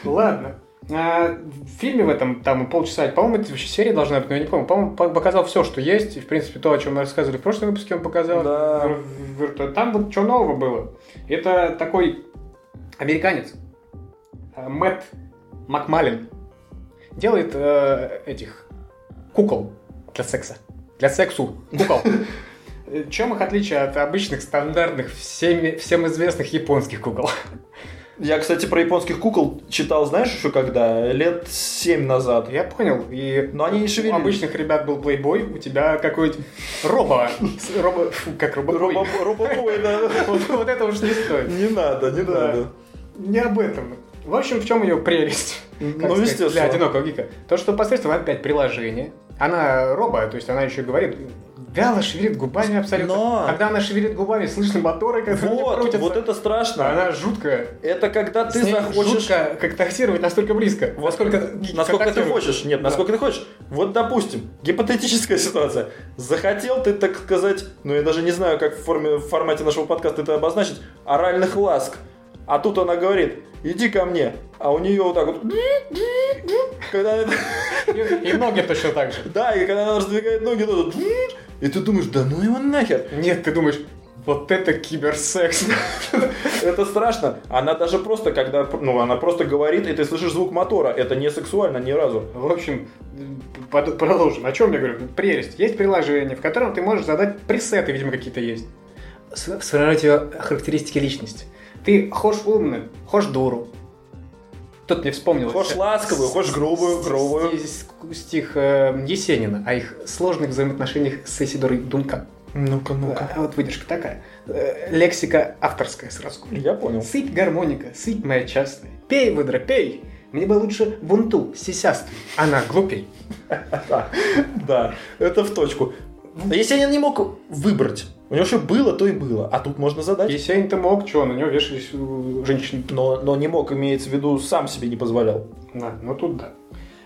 Ладно. А, в фильме в этом, там, полчаса, по-моему, это вообще серия должна быть, но я не помню. По-моему, по- показал все, что есть. И, в принципе, то, о чем мы рассказывали в прошлом выпуске, он показал.
Да.
Вир- вирту- Там вот что нового было. Это такой американец, а, Мэтт Макмалин, делает э, этих кукол для секса. Для сексу. Кукол. Э, Чем их отличие от обычных, стандартных, всеми, всем известных японских кукол?
Я, кстати, про японских кукол читал, знаешь, еще когда? Лет семь назад.
Я Ну, понял. И
Но они не
у
шевелились.
обычных ребят был плейбой, у тебя какой-нибудь робо. с- робо- фу, как робо.
Робо- робобой, да.
Вот вот это уж не стоит.
Не надо, не
Да.
надо.
Не об этом. В общем, в чем ее прелесть? Как
Ну,
сказать, Для
естественно.
одинокого гика. То, что посредством опять приложения, она робо, то есть она еще говорит, вяло шевелит губами абсолютно.
Но-
Когда она шевелит губами, слышны моторы, которые
Вот,
крутятся.
вот это страшно.
Она жуткая.
Это когда ты
С ней
захочешь...
жутко как таксировать настолько близко.
Вот
насколько, гик
насколько ты
контактирует.
хочешь. Нет,
Да.
насколько ты хочешь. Вот, допустим, гипотетическая ситуация. Захотел ты, так сказать, ну я даже не знаю, как в, форме, в формате нашего подкаста это обозначить, оральных ласк. А тут она говорит, иди ко мне. А у нее вот так вот... Когда она-
И, и ноги точно так же.
Да, и когда она раздвигает ноги, то тут... И ты думаешь, да ну его нахер.
Нет, ты думаешь, вот это киберсекс.
Это страшно. Она даже просто, когда... Ну, она просто говорит, и ты слышишь звук мотора. Это не сексуально ни разу.
В общем, под- продолжим. О чем я говорю? Прелесть. Есть приложение, в котором ты можешь задать пресеты, видимо, какие-то есть. С- Сравнивать ее характеристики личности. Ты хошь умную, хошь дуру. Тут мне вспомнилось.
Хошь ласковую,
с-
хошь грубую,
с-
грубую.
с- с- Стих э, Есенина о их сложных взаимоотношениях с Исидорой Дункан.
Ну-ка,
А Вот выдержка такая. Э, Лексика авторская сразу.
Я понял.
Ну, Сыпь гармоника, сыпь моя частная. Пей, выдра, пей. Мне бы лучше бунту, сисястую. Она глупей.
Да, это в точку. Есенин не мог выбрать. У него что было, то и было. А тут можно задать.
Есенин-то мог, что, на него вешались э, женщины.
Но, но не мог, имеется в виду, сам себе не позволял.
Да, ну тут да.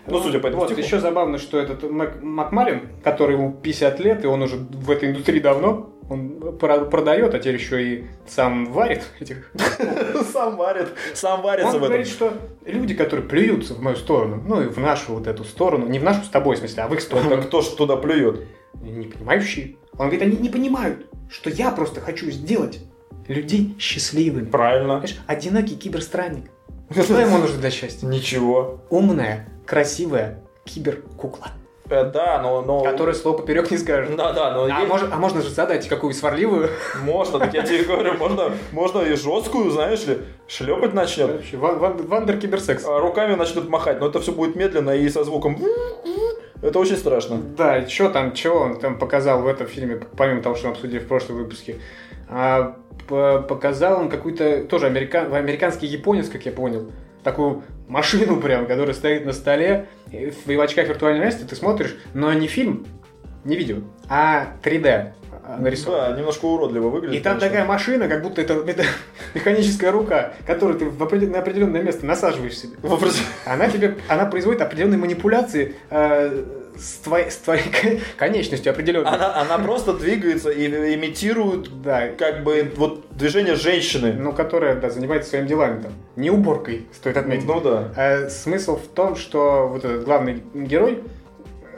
Ну, судя по этому
Вот,
стиху.
еще забавно, что этот Мак- Макмалин, который ему 50 лет, и он уже в этой индустрии давно, он про- продает, а теперь еще и сам варит этих.
Сам варит. Сам варится
Он
в этом.
говорит, что люди, которые плюются в мою сторону, ну и в нашу вот эту сторону, не в нашу с тобой, в смысле, а в их
Да
сторону,
кто ж туда плюет?
не понимающие. Он говорит, они не понимают, что я просто хочу сделать людей счастливыми.
Правильно.
Понимаешь, одинокий киберстранник. Ну, Что ему нужно для счастья?
Ничего.
Умная, красивая киберкукла,
Э, Да, но... но...
которая слово поперек не скажет.
Да, да, но
А,
есть-
мож- а можно же задать какую сварливую?
можно, так я тебе говорю, можно, можно и жесткую, знаешь ли, шлепать начнет.
Вообще, ван- ван- вандер киберсекс.
А Руками начнет махать, но это все будет медленно и со звуком. Это очень страшно.
Ну Да, и чё там, чего он там показал в этом фильме, помимо того, что мы обсудили в прошлом выпуске. А, п- показал он какую-то, тоже америка- американский японец, как я понял, такую машину прям, которая стоит на столе, и в, и в очках виртуальной реальности ты смотришь, но не фильм, не видео, а 3D нарисован.
Да, немножко уродливо выглядит.
И там
конечно.
такая машина, как будто это мета- механическая рука, которую ты в опре- на определенное место насаживаешь себе.
Вопрос-
Она тебе, она производит определенные манипуляции э, с, твоей, с твоей кон- конечностью определенной.
Она, она просто двигается и имитирует
Да,
как бы вот движение женщины.
ну которая да, занимается своими делами там. Не уборкой, стоит отметить.
Ну да.
Э, смысл в том, что вот этот главный герой,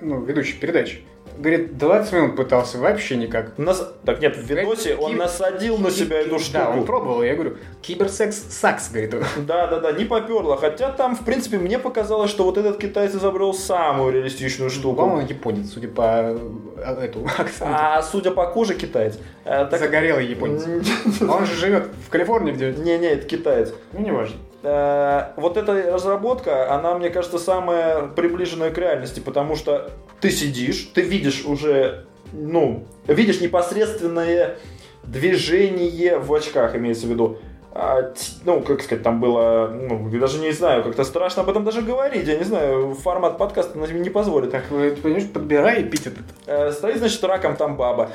ну, ведущий передачи, говорит, 20 минут пытался вообще никак.
Нас... Так нет, в видосе он
Кибер-
насадил на себя эту
Да, он
штуку.
пробовал, я говорю, киберсекс сакс, говорит он.
Да, да, да, не поперло. Хотя там, в принципе, мне показалось, что вот этот китаец изобрел самую реалистичную штуку.
По-моему, он японец, судя по э, эту акценту.
А судя по коже, китаец. Э, так-
Загорелый японец. Он же живет в Калифорнии, где...
Не-не, это китаец.
Ну, не важно.
Э, Вот эта разработка, она, мне кажется, самая приближенная к реальности, потому что ты сидишь, ты видишь уже, ну, видишь непосредственное движение в очках, имеется в виду. А, т- ну, как сказать, там было, ну, я даже не знаю, как-то страшно об этом даже говорить, я не знаю, формат подкаста нам не позволит.
Так, вы, ты понимаешь, подбирай эпитет.
Э, Стоит, значит, раком там баба.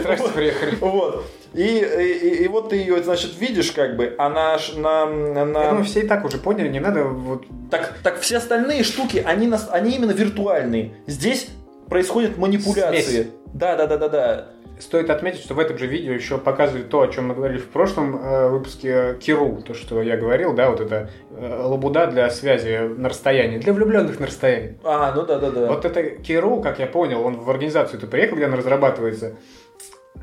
Здрасте, приехали.
Вот. И, и, и- и вот ты ее, значит, видишь, как бы, она ж на... на-
Я думаю, все и так уже поняли, не надо вот...
Так, так все остальные штуки, они, нас, они именно виртуальные. Здесь происходят манипуляции.
Смесь.
Да, да, да, да, да.
Стоит отметить, что в этом же видео еще показывают то, о чем мы говорили в прошлом э, выпуске э, Киру, то, что я говорил, да, вот это э, лабуда для связи на расстоянии, для влюбленных на расстоянии.
А, ну да, да, да.
Вот это Киру, как я понял, он в организацию-то приехал, где она разрабатывается.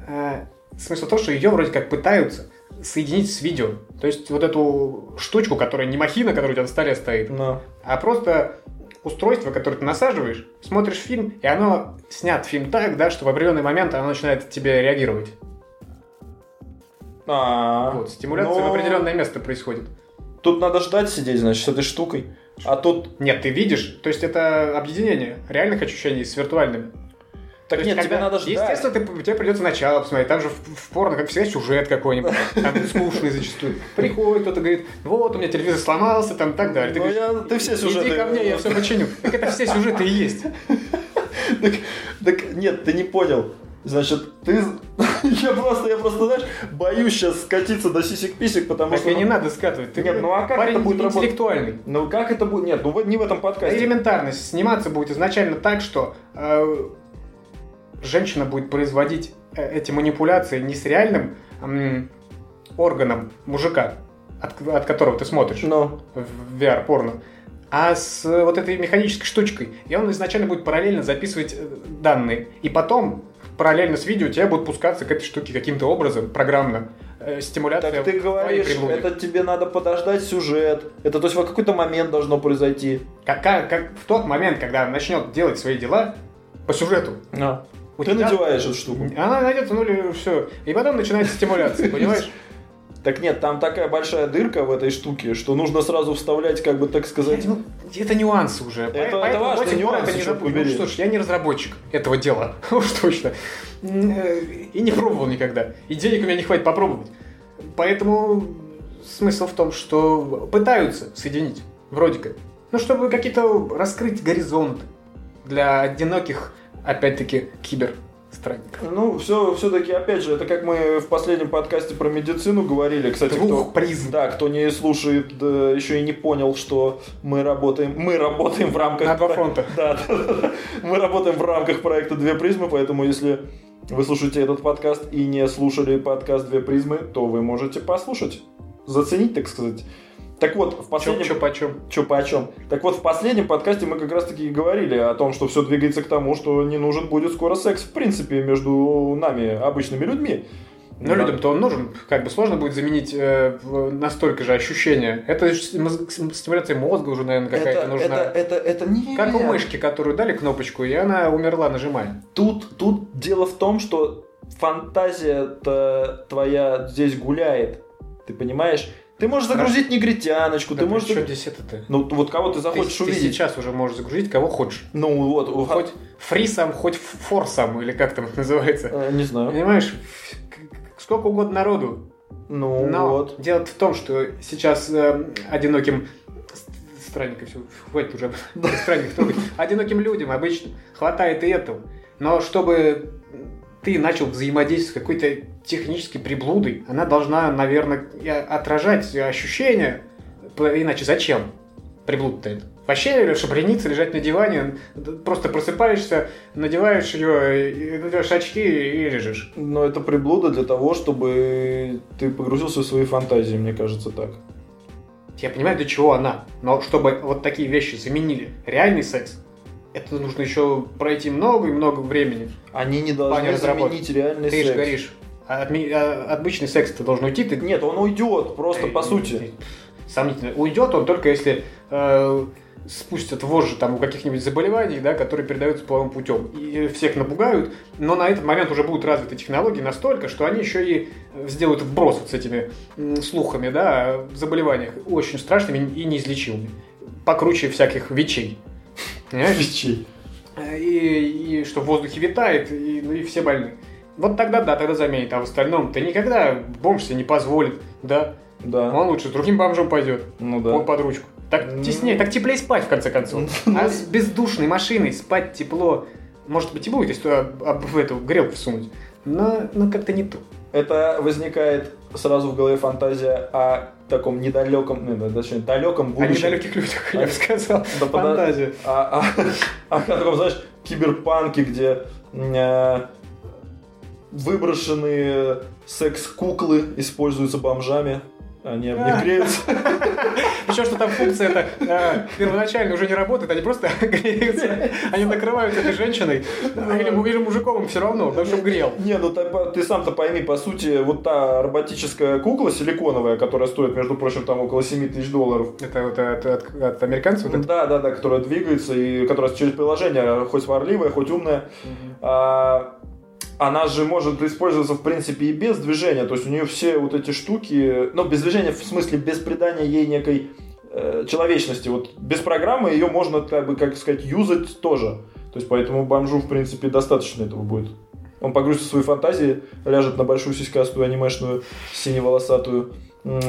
Э, Смысл в том, что ее вроде как пытаются соединить с видео. То есть вот эту штучку, которая не махина, которая у тебя на столе стоит,
Ну.
а просто устройство, которое ты насаживаешь, смотришь фильм, и оно снят фильм так, да, что в определенный момент оно начинает тебе реагировать.
А,
Вот, стимуляция
ну,
в определенное место происходит.
Тут надо ждать сидеть, значит, с этой штукой. А тут...
Нет, ты видишь, то есть это объединение реальных ощущений с виртуальными.
Так
То
нет,
есть,
тебе
когда-
надо ждать.
Естественно, ты- тебе придется начало посмотреть. Там же в, в порно, как всегда, сюжет какой-нибудь. Там скучный зачастую. Приходит кто-то говорит, вот, у меня телевизор сломался, там и так далее. Ты
Ну,
говоришь,
я- ты все сюжеты...
иди ко мне, я все починю. Так это все сюжеты и есть.
Так, так нет, ты не понял. Значит, ты... я просто, я просто, знаешь, боюсь сейчас скатиться до сисек-писек, потому
Так
что...
и не надо скатывать. Ты
Нет, ну а как
парень
это будет работать?
интеллектуальный.
Ну как это будет? Нет, ну вот не в этом подкасте.
Элементарность. Сниматься будет изначально так, что э, женщина будет производить э, эти манипуляции не с реальным м, органом мужика, от- от которого ты смотришь.
Ну,
в VR-порно, а с э, вот этой механической штучкой. И он изначально будет параллельно записывать э, данные. И потом, параллельно с видео, тебя будут пускаться к этой штуке каким-то образом, программно. Э, Стимуляция
Так ты
твоей
говоришь,
приблуды.
это тебе надо подождать сюжет. Это то есть в какой-то момент должно произойти.
Как, как- как в тот момент, когда она начнет делать свои дела по сюжету, у
Ты
тебя-
надеваешь эту штуку.
Она найдет, ну или все. И потом начинается стимуляция, понимаешь?
Так нет, там такая большая дырка в этой штуке, что нужно сразу вставлять, как бы так сказать.
Ну, Это нюансы уже. Поэтому
важно,
до сих пор
нюансы,
это не
чёрт
запу-
побери.
Ну что ж, я не разработчик этого дела. Ну Уж точно. М, э, И не пробовал никогда. И денег у меня не хватит попробовать. Поэтому смысл в том, что пытаются соединить. Вроде как. Ну, чтобы какие-то раскрыть горизонт для одиноких опять-таки, киберстранник.
Ну, все, все-таки, опять же, это как мы в последнем подкасте про медицину говорили. Кстати, кто,
Двухпризм.
да, кто не слушает, да, еще и не понял, что мы работаем, мы работаем в рамках...
На два
про-
фронта.
Да, да, да. мы работаем в рамках проекта «Две призмы», поэтому если вы слушаете этот подкаст и не слушали подкаст «Две призмы», то вы можете послушать, заценить, так сказать. Так вот, в
Чё,
последнем...
чё почем?
Че по чем? Так вот, в последнем подкасте мы как раз таки и говорили о том, что все двигается к тому, что не нужен будет скоро секс, в принципе, между нами, обычными людьми.
Но
Да.
Ну, людям-то он нужен. Как бы сложно будет заменить э, в- настолько же ощущение. Это ж мозг- стимуляция мозга уже, наверное, какая-то
это,
нужна.
Это, это, это не...
Как у мышки, которую дали кнопочку, и она умерла, нажимая.
Тут, тут дело в том, что фантазия-то твоя здесь гуляет. Ты понимаешь? Ты можешь
Хорошо.
загрузить негритяночку, ты можешь...
что здесь это-то?
Ну, вот кого ты
Ты,
захочешь
ты
увидеть.
сейчас уже можешь загрузить кого хочешь.
Ну, вот, у-
Хоть фрисом, хоть форсом, или как там это называется.
Э, Не знаю.
Понимаешь, к- к- сколько угодно народу.
Ну,
Но
вот.
дело в том, что сейчас эм, одиноким с- странникам все, хватит уже об этом, странников трогать. Одиноким людям обычно хватает и этого. Но чтобы ты начал взаимодействовать с какой-то технической приблудой, она должна, наверное, и отражать ощущения. П- Иначе зачем приблуда-то это? Вообще, шабреница, лежать на диване, просто просыпаешься, надеваешь ее, надеваешь очки и лежишь.
Но это приблуда для того, чтобы ты погрузился в свои фантазии, мне кажется, так.
Я понимаю, для чего она, но чтобы вот такие вещи заменили реальный секс, это нужно еще пройти много и много времени.
Они не должны
Плане разработки.
заменить реальный
ты же
секс.
говоришь, а отме- а обычный секс ты должен уйти, ты...
Нет, он уйдет, просто
Эй,
по
ну,
сути.
Сомнительно. Уйдет он только если э, спустят вожжи там у каких-нибудь заболеваний, да, которые передаются половым путем. И всех напугают, но на этот момент уже будут развиты технологии настолько, что они еще и э, сделают вброс вот с этими м, слухами, да, о заболеваниях очень страшными и неизлечимыми. Покруче всяких ВИЧей. Понимаешь?
Свечей.
И, и что в воздухе витает, и, ну и все больны. Вот тогда да, тогда заменит, а в остальном ты никогда бомж себе не позволит, да,
Да.
Ну, он лучше с другим бомжом пойдет.
Ну
Он
да.
под ручку. Так
Ну.
теснее, так теплее спать, в конце концов. А с бездушной машиной спать тепло, может быть, и будет, если туда об- об- в эту грелку всунуть. Но, но как-то не то.
Это возникает сразу в голове фантазия о таком недалеком, ну, да, точнее, далеком
О
будущем.
недалеких людях, я бы сказал.
Да А подо-
Фантазия.
А, а- о таком, знаешь, киберпанке, где э, выброшенные секс-куклы используются бомжами. Они об них греются.
Причем, что там функция эта э, первоначально уже не работает, они просто греются. Они накрывают этой женщиной
Да.
или, му- или мужиком, им все равно, потому что грел.
Не, ну ты, по- ты сам-то пойми, по сути, вот та роботическая кукла силиконовая, которая стоит, между прочим, там около 7 тысяч долларов.
Это вот от, от- от американцев? вот это?
Да, да, да, которая двигается и которая через приложение, хоть сварливая, хоть умная, а, она же может использоваться, в принципе, и без движения. То есть у нее все вот эти штуки, ну, без движения, в смысле, без придания ей некой э, человечности. Вот без программы ее можно, как бы, как сказать, юзать тоже. То есть поэтому бомжу, в принципе, достаточно этого будет. Он погрузится в свои фантазии, ляжет на большую сиськастую анимешную синеволосатую. М,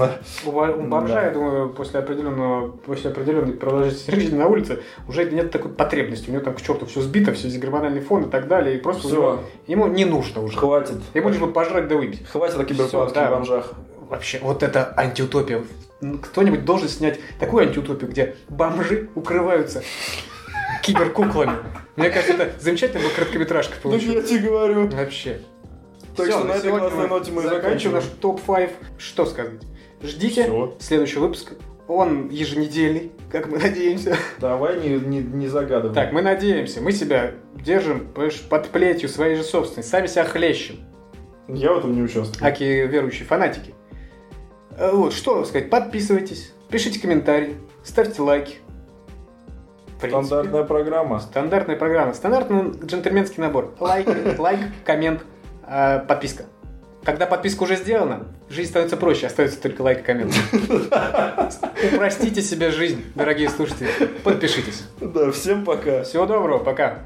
У ба- у бомжа,
Да.
я думаю, после определенного, после определенной продолжительности жизни на улице уже нет такой потребности. У него там к черту все сбито, все здесь гормональный фон и так далее. И просто у него-
Все,
ему не нужно уже.
хватит.
Ему лишь бы пожрать да выпить.
Хватит о
Всё,
киберпанке
да.
бомжах.
Вообще, вот это антиутопия. Ну, Кто-нибудь должен снять такую антиутопию, где бомжи укрываются киберкуклами. Мне кажется, это замечательная бы короткометражка
Ну
получилась.
я тебе говорю.
Вообще.
Так
Всё,
что на этой
сегодня
классной ноте мы заканчиваем.
наш топ-5. Что сказать? Ждите
Всё.
следующий выпуск. Он еженедельный, как мы надеемся.
Давай не, не, не загадывай.
Так, мы надеемся. Мы себя держим понимаешь, под плетью своей же собственной. Сами себя хлещем.
Я в этом не участвую.
Аки верующие фанатики. Э, Вот, что сказать. Подписывайтесь, пишите комментарии, ставьте лайки. В
А
принципе,
Стандартная программа.
Стандартная программа. Стандартный джентльменский набор. Лайк, лайк, коммент, э, подписка. Когда подписка уже сделана, жизнь становится проще, остается только лайк и коммент. Упростите себе жизнь, дорогие слушатели. Подпишитесь.
Да, всем пока.
Всего доброго, пока.